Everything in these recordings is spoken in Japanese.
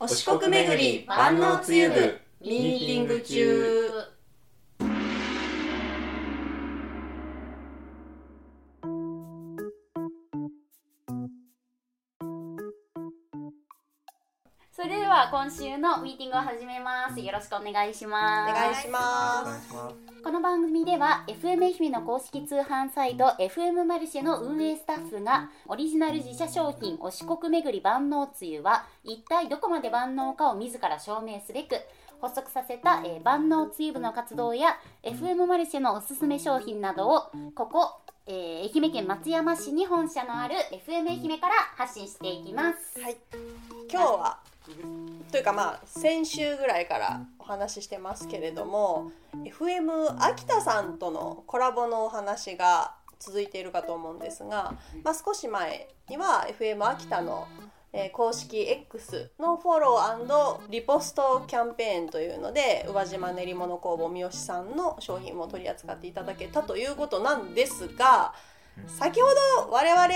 お四国巡り万能つゆ部ミーティング中それでは今週のミーティングを始めますよろしくお願いしますお願いしますこの番組では FM 愛媛の公式通販サイト FM マルシェの運営スタッフがオリジナル自社商品お四国巡り万能つゆは一体どこまで万能かを自ら証明すべく発足させた、えー万能つゆ部の活動や FM マルシェのおすすめ商品などをここ、えー愛媛県松山市に本社のある FM 愛媛から発信していきます。はい、今日はというかまあ先週ぐらいからお話ししてますけれども FM 秋田さんとのコラボのお話が続いているかと思うんですが、まあ、少し前には FM 秋田の、えー公式 X のフォローリポストキャンペーンというので宇和島練り物工房三好さんの商品も取り扱っていただけたということなんですが先ほど我々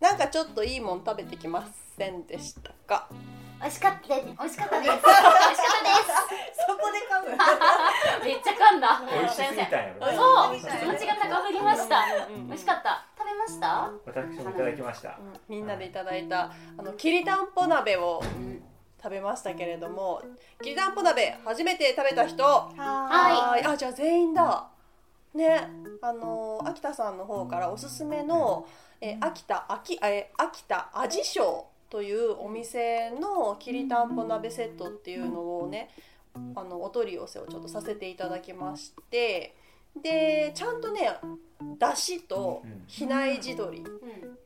なんかちょっといいもん食べてきませんでしたか美味しかったで美味しかったです。美味しかったでそこで噛む。す。めっちゃ噛んだ。美味しすぎたんやろそうな気持ちが高ぶりました。美味しかった。食べました？私もいただきましたみんなでいただいたあのきりたんぽ鍋を食べましたけれども、きりたんぽ鍋初めて食べた人。ははーい。あじゃあ全員だ。ね、あのー秋田さんの方からおすすめの、え秋田秋え秋田味賞というお店のきりたんぽ鍋セットっていうのをね、あのお取り寄せをちょっとさせていただきまして、でちゃんとねだしとうん比内地鶏い。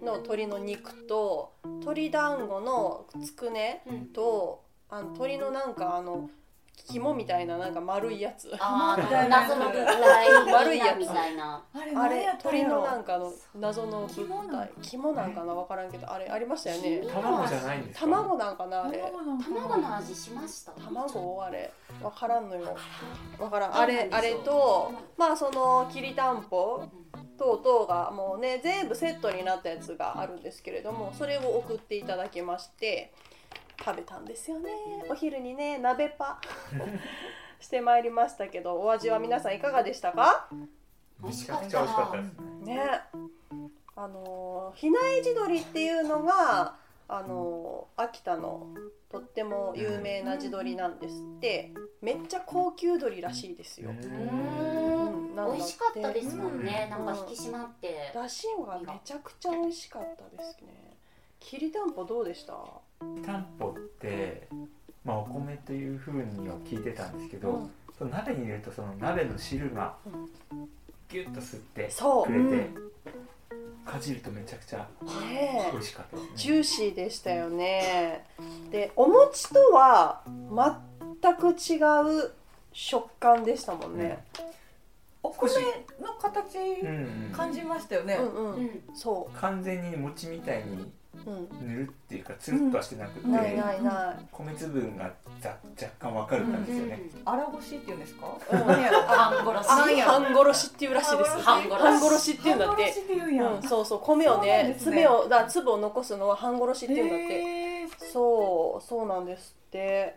の鶏の肉と鶏団子のつくねうんうん。とあの鶏のなんかあの肝みたいななんか丸いやつああー謎の物体悪いやみたいな。あれあれ鶏のなんんかあの謎の物肝なん体肝なんかな分からんけどあれありましたよね卵じゃないんですか卵なんかなあれ卵の味しました。卵あれ分からんのよ分からんあれあれとまあそのきりたんぽ等々がもうね全部セットになったやつがあるんですけれどもそれを送っていただきまして食べたんですよねお昼にね鍋パしてまいりましたけどお味は皆さんいかがでしたかめちゃくちゃ美味しかったですねねあの比内地鶏っていうのがあの秋田のとっても有名な地鶏なんですってめっちゃ高級鶏らしいですよ、ううーん。んな美んだて味しかったですもんね。なんか引き締まって。だしがめちゃくちゃ美味しかったですね。きりたんぽどうでした？タンポってまあお米というふうには聞いてたんですけうどんその鍋に入れるとその鍋の汁がうギュッと吸ってそうくれてかじるとめちゃくちゃね美え、味しかったですジねューシーでしたよね。で、お餅とは全く違う食感でしたもんね。お米の形うん感じましたよね、うんううん。ん。そ完全に餅みたいにう。うぬるっていうかつるっとはしてなくてん。ないないな米粒がざ若干わかる感じですよねあらごしっていうんですか、い。うん。半殺し。あん半や半殺しっていうらしいです。半殺し半殺しっていうんだっ半殺て。しっていうんや、うん、そうそう。米をそうなんねで、すね粒をだから粒を残すのは半殺しっていうんだって。へーそうそうなんですって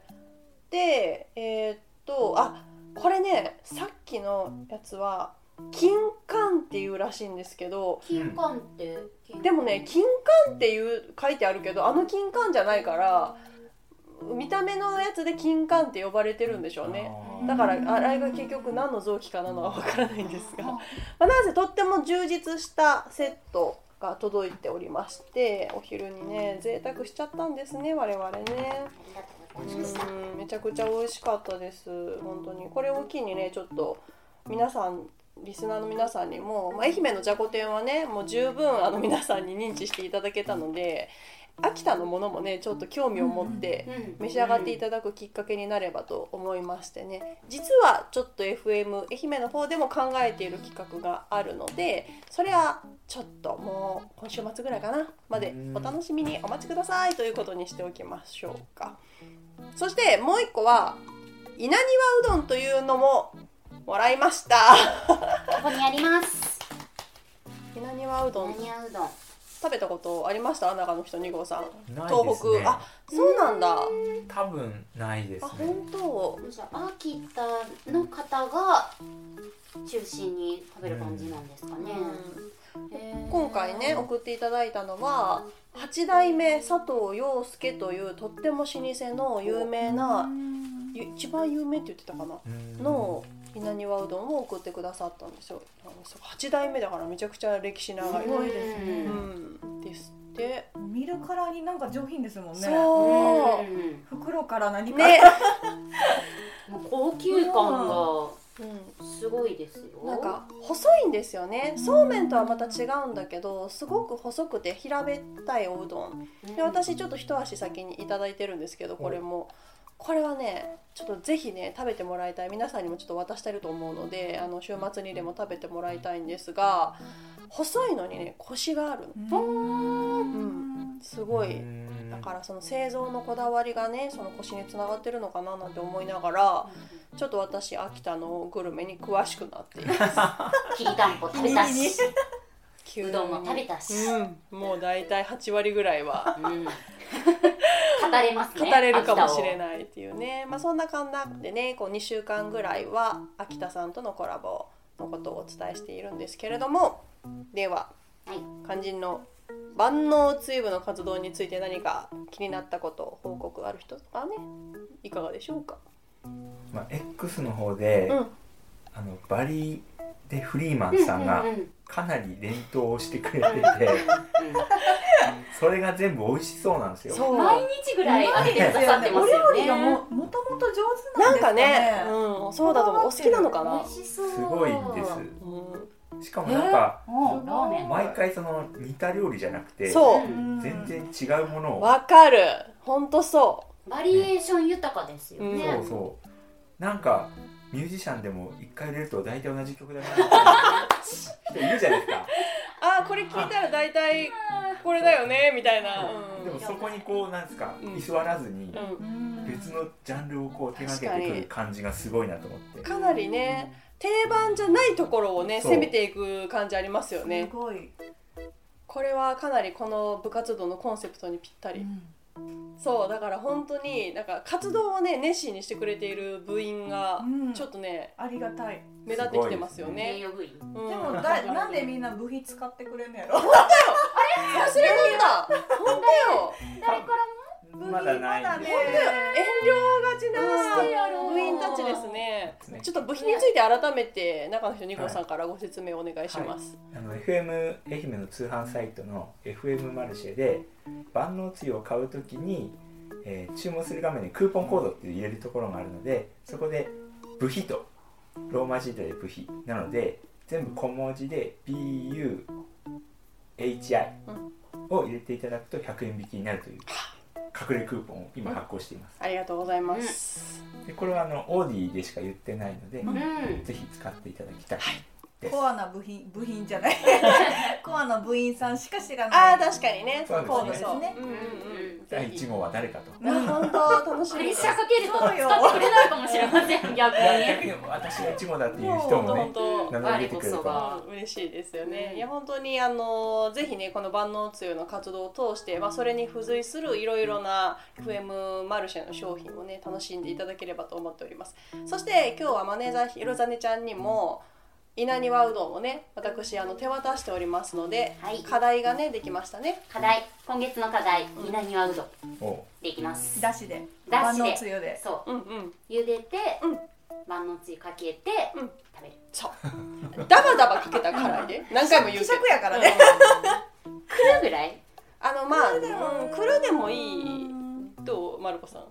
でえーっとあこれねさっきのやつは金柑っていうらしいんですけど金柑って。でもね金柑っていう書いてあるけどあの金柑じゃないから見た目のやつで金柑って呼ばれてるんでしょうねあーだからあれが結局何の臓器かなのはわからないんですが、まあ、なぜとっても充実したセットが届いておりましてお昼にね贅沢しちゃったんですね我々ね。ありがとうございました。うんめちゃくちゃ美味しかったです本当にこれを機にねちょっと皆さんリスナーの皆さんにも、まあ、愛媛のじゃこ天はねもう十分あの皆さんに認知していただけたので秋田のものもねちょっと興味を持ってうん召し上がっていただくきっかけになればと思いましてね実はちょっと FM 愛媛の方でも考えている企画があるのでそれはちょっともう今週末ぐらいかなまでお楽しみにお待ちくださいということにしておきましょうかそしてもう一個は稲庭うどんというのももらいましたここにあります。稲庭うどん何やうどん。食べたことありました長野人2号さんないで東すね北あそうなんだあ多分ないですね本当じゃあ秋田の方が中心に食べる感じなんですかね、へー今回ね送っていただいたのは8代目佐藤陽介というとっても老舗の有名なゆ一番有名って言ってたかなうんの稲庭うどんを送ってくださったんですよ8代目だからめちゃくちゃ歴史長い、すごいですうねうんん、ですって見るからになんか上品ですもんねそううん袋から何か、ね、もう高級感がすごいですよなんか細いんですよねそうめんとはまた違うんだけどすごく細くて平べったいおうどんで私ちょっと一足先に頂いただいてるんですけどこれもこれはねちょっとぜひね食べてもらいたい皆さんにもちょっと渡してると思うのであの週末にでも食べてもらいたいんですが細いのにねコシがあるのうんすごいうんだからその製造のこだわりがねその腰につながってるのかななんて思いながらちょっと私秋田のグルメに詳しくな っていますきりたんぽ食べたしうどんも食べたたし、うん、もう大体8割ぐらいはうん語れます語ねれるかもしれないっていうね、まあ、そんな感じでねこう2週間ぐらいは秋田さんとのコラボのことをお伝えしているんですけれどもでは、はい肝心の万能ツイブの活動について何か気になったこと報告ある人とかねいかがでしょうか、まあ、X の方で、うんあのバリでフリーマ秋田ンさをんがうんうんうんかなり連投をしてくれてて それが全部美味しそうなんですよそううん毎日ぐらいあげてくださってますよお料理がねももともと上手ななんんですかかねね、うん、そうだと思うお好きなのかな美味、しそうすごいですうしかもなんか、もうラーメン毎回その似た料理じゃなくてん、そうん全然違うものうをわかるほんとそバリエーション豊かですようんね、そうそうなんかミュージシャンでも一回出ると大体同じ曲だ なっていう人いるじゃないですかうあーこれ聞いたら大体これだよねみたいな、うんでもそこにこうなんですかうん居座らずにうんうん別のジャンルをこう手掛けてくる感じがすごいなと思ってかなりね定番じゃないところをねそう攻めていく感じありますよすねごい、これはかなりこの部活動のコンセプトにぴったり、そうだから本当になんか活動をね熱心にしてくれている部員がうんちょっとねありがたい目立ってきてますよ栄ね、養部員うん、でも忘れだなんでみんな部費使ってくれんの やろてた本当よ誰からまだないんですまだね遠慮がちしてやろなう部員たちですねですねちょっと部品について改めて中の人2号さんからご説明お願いします、あの FM 愛媛の通販サイトの FM マルシェで万能つゆを買うときに、えー注文する画面にクーポンコードって入れるところがあるのでそこで「部費」とローマ字で「部費」なので全部小文字で「BUHI」を入れていただくと100円引きになるという隠れクーポンを今発行していますありがとうございます、でこれはあのオーディでしか言ってないので、うんぜひ使っていただきたいですコアな部品部品 じゃないコアな部員さんしか知らないああ確かにねそうですねコードそうねうんうんうん第1号は誰かとあ本当楽しプみレッでシすャーかけると使ってくれないかもしれませ ん逆に逆に私が1号だっていう人もね本当名乗り出てくれるからうん嬉しいですよね、うんいや本当にあのぜひねこの万能つゆの活動を通して、まあ、それに付随するいろいろな FM マルシェの商品をね楽しんでいただければと思っておりますそして今日はマネージャーひろざねちゃんにも稲庭うどんをね私あの手渡しておりますので、はい課題がねできましたね課題今月の課題稲庭うどんおできますだしでだしで万能つゆでそううんうん茹でて、うん万能つゆかけて、うん食べるそうダバダバかけたからいで何回も言う希けど 釈やからね、来るぐらいあのまあ、うん、くるでもいいどうまるこさん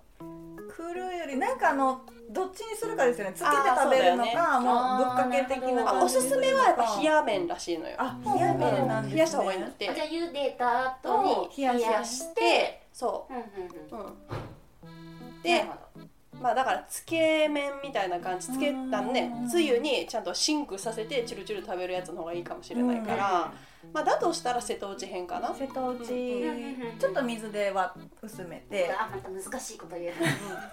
クールよりなんかあのどっちにするかですよねつけて食べるのかーもうぶっかけ的なあ感あじおすすめはやっぱ冷や麺らしいのよあ冷や麺なんです、ね、冷やした方がいいんだっあじゃあて茹でた後に冷やし冷やしてそうんうんうんう、うん、なでるほどまあだからつけ麺みたいな感じつけたんねうんつゆにちゃんとシンクさせてチュルチュル食べるやつの方がいいかもしれないから、まあだとしたら瀬戸内編かな瀬戸内うんちょっと水では薄めてあまた難しいこと言う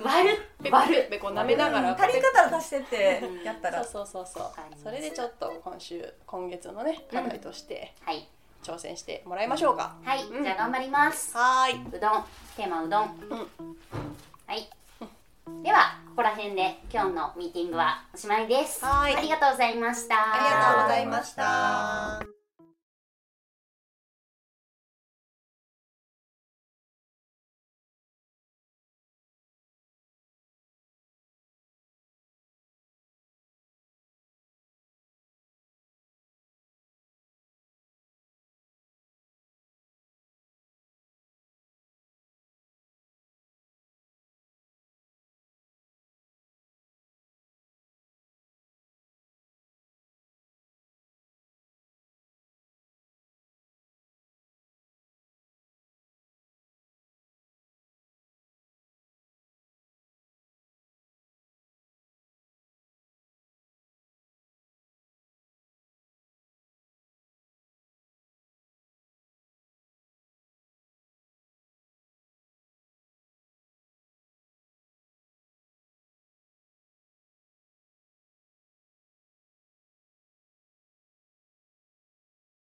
割る割るべこ舐めながら足り方足してってやっそたうらそうそうそうわかりましたそれでちょっと今週今月のね課題としてはい挑戦してもらいましょうかはい、うんじゃあ頑張りますはーいうどんテーマうどん、はいではここら辺で今日のミーティングはおしまいですはいありがとうございましたありがとうございました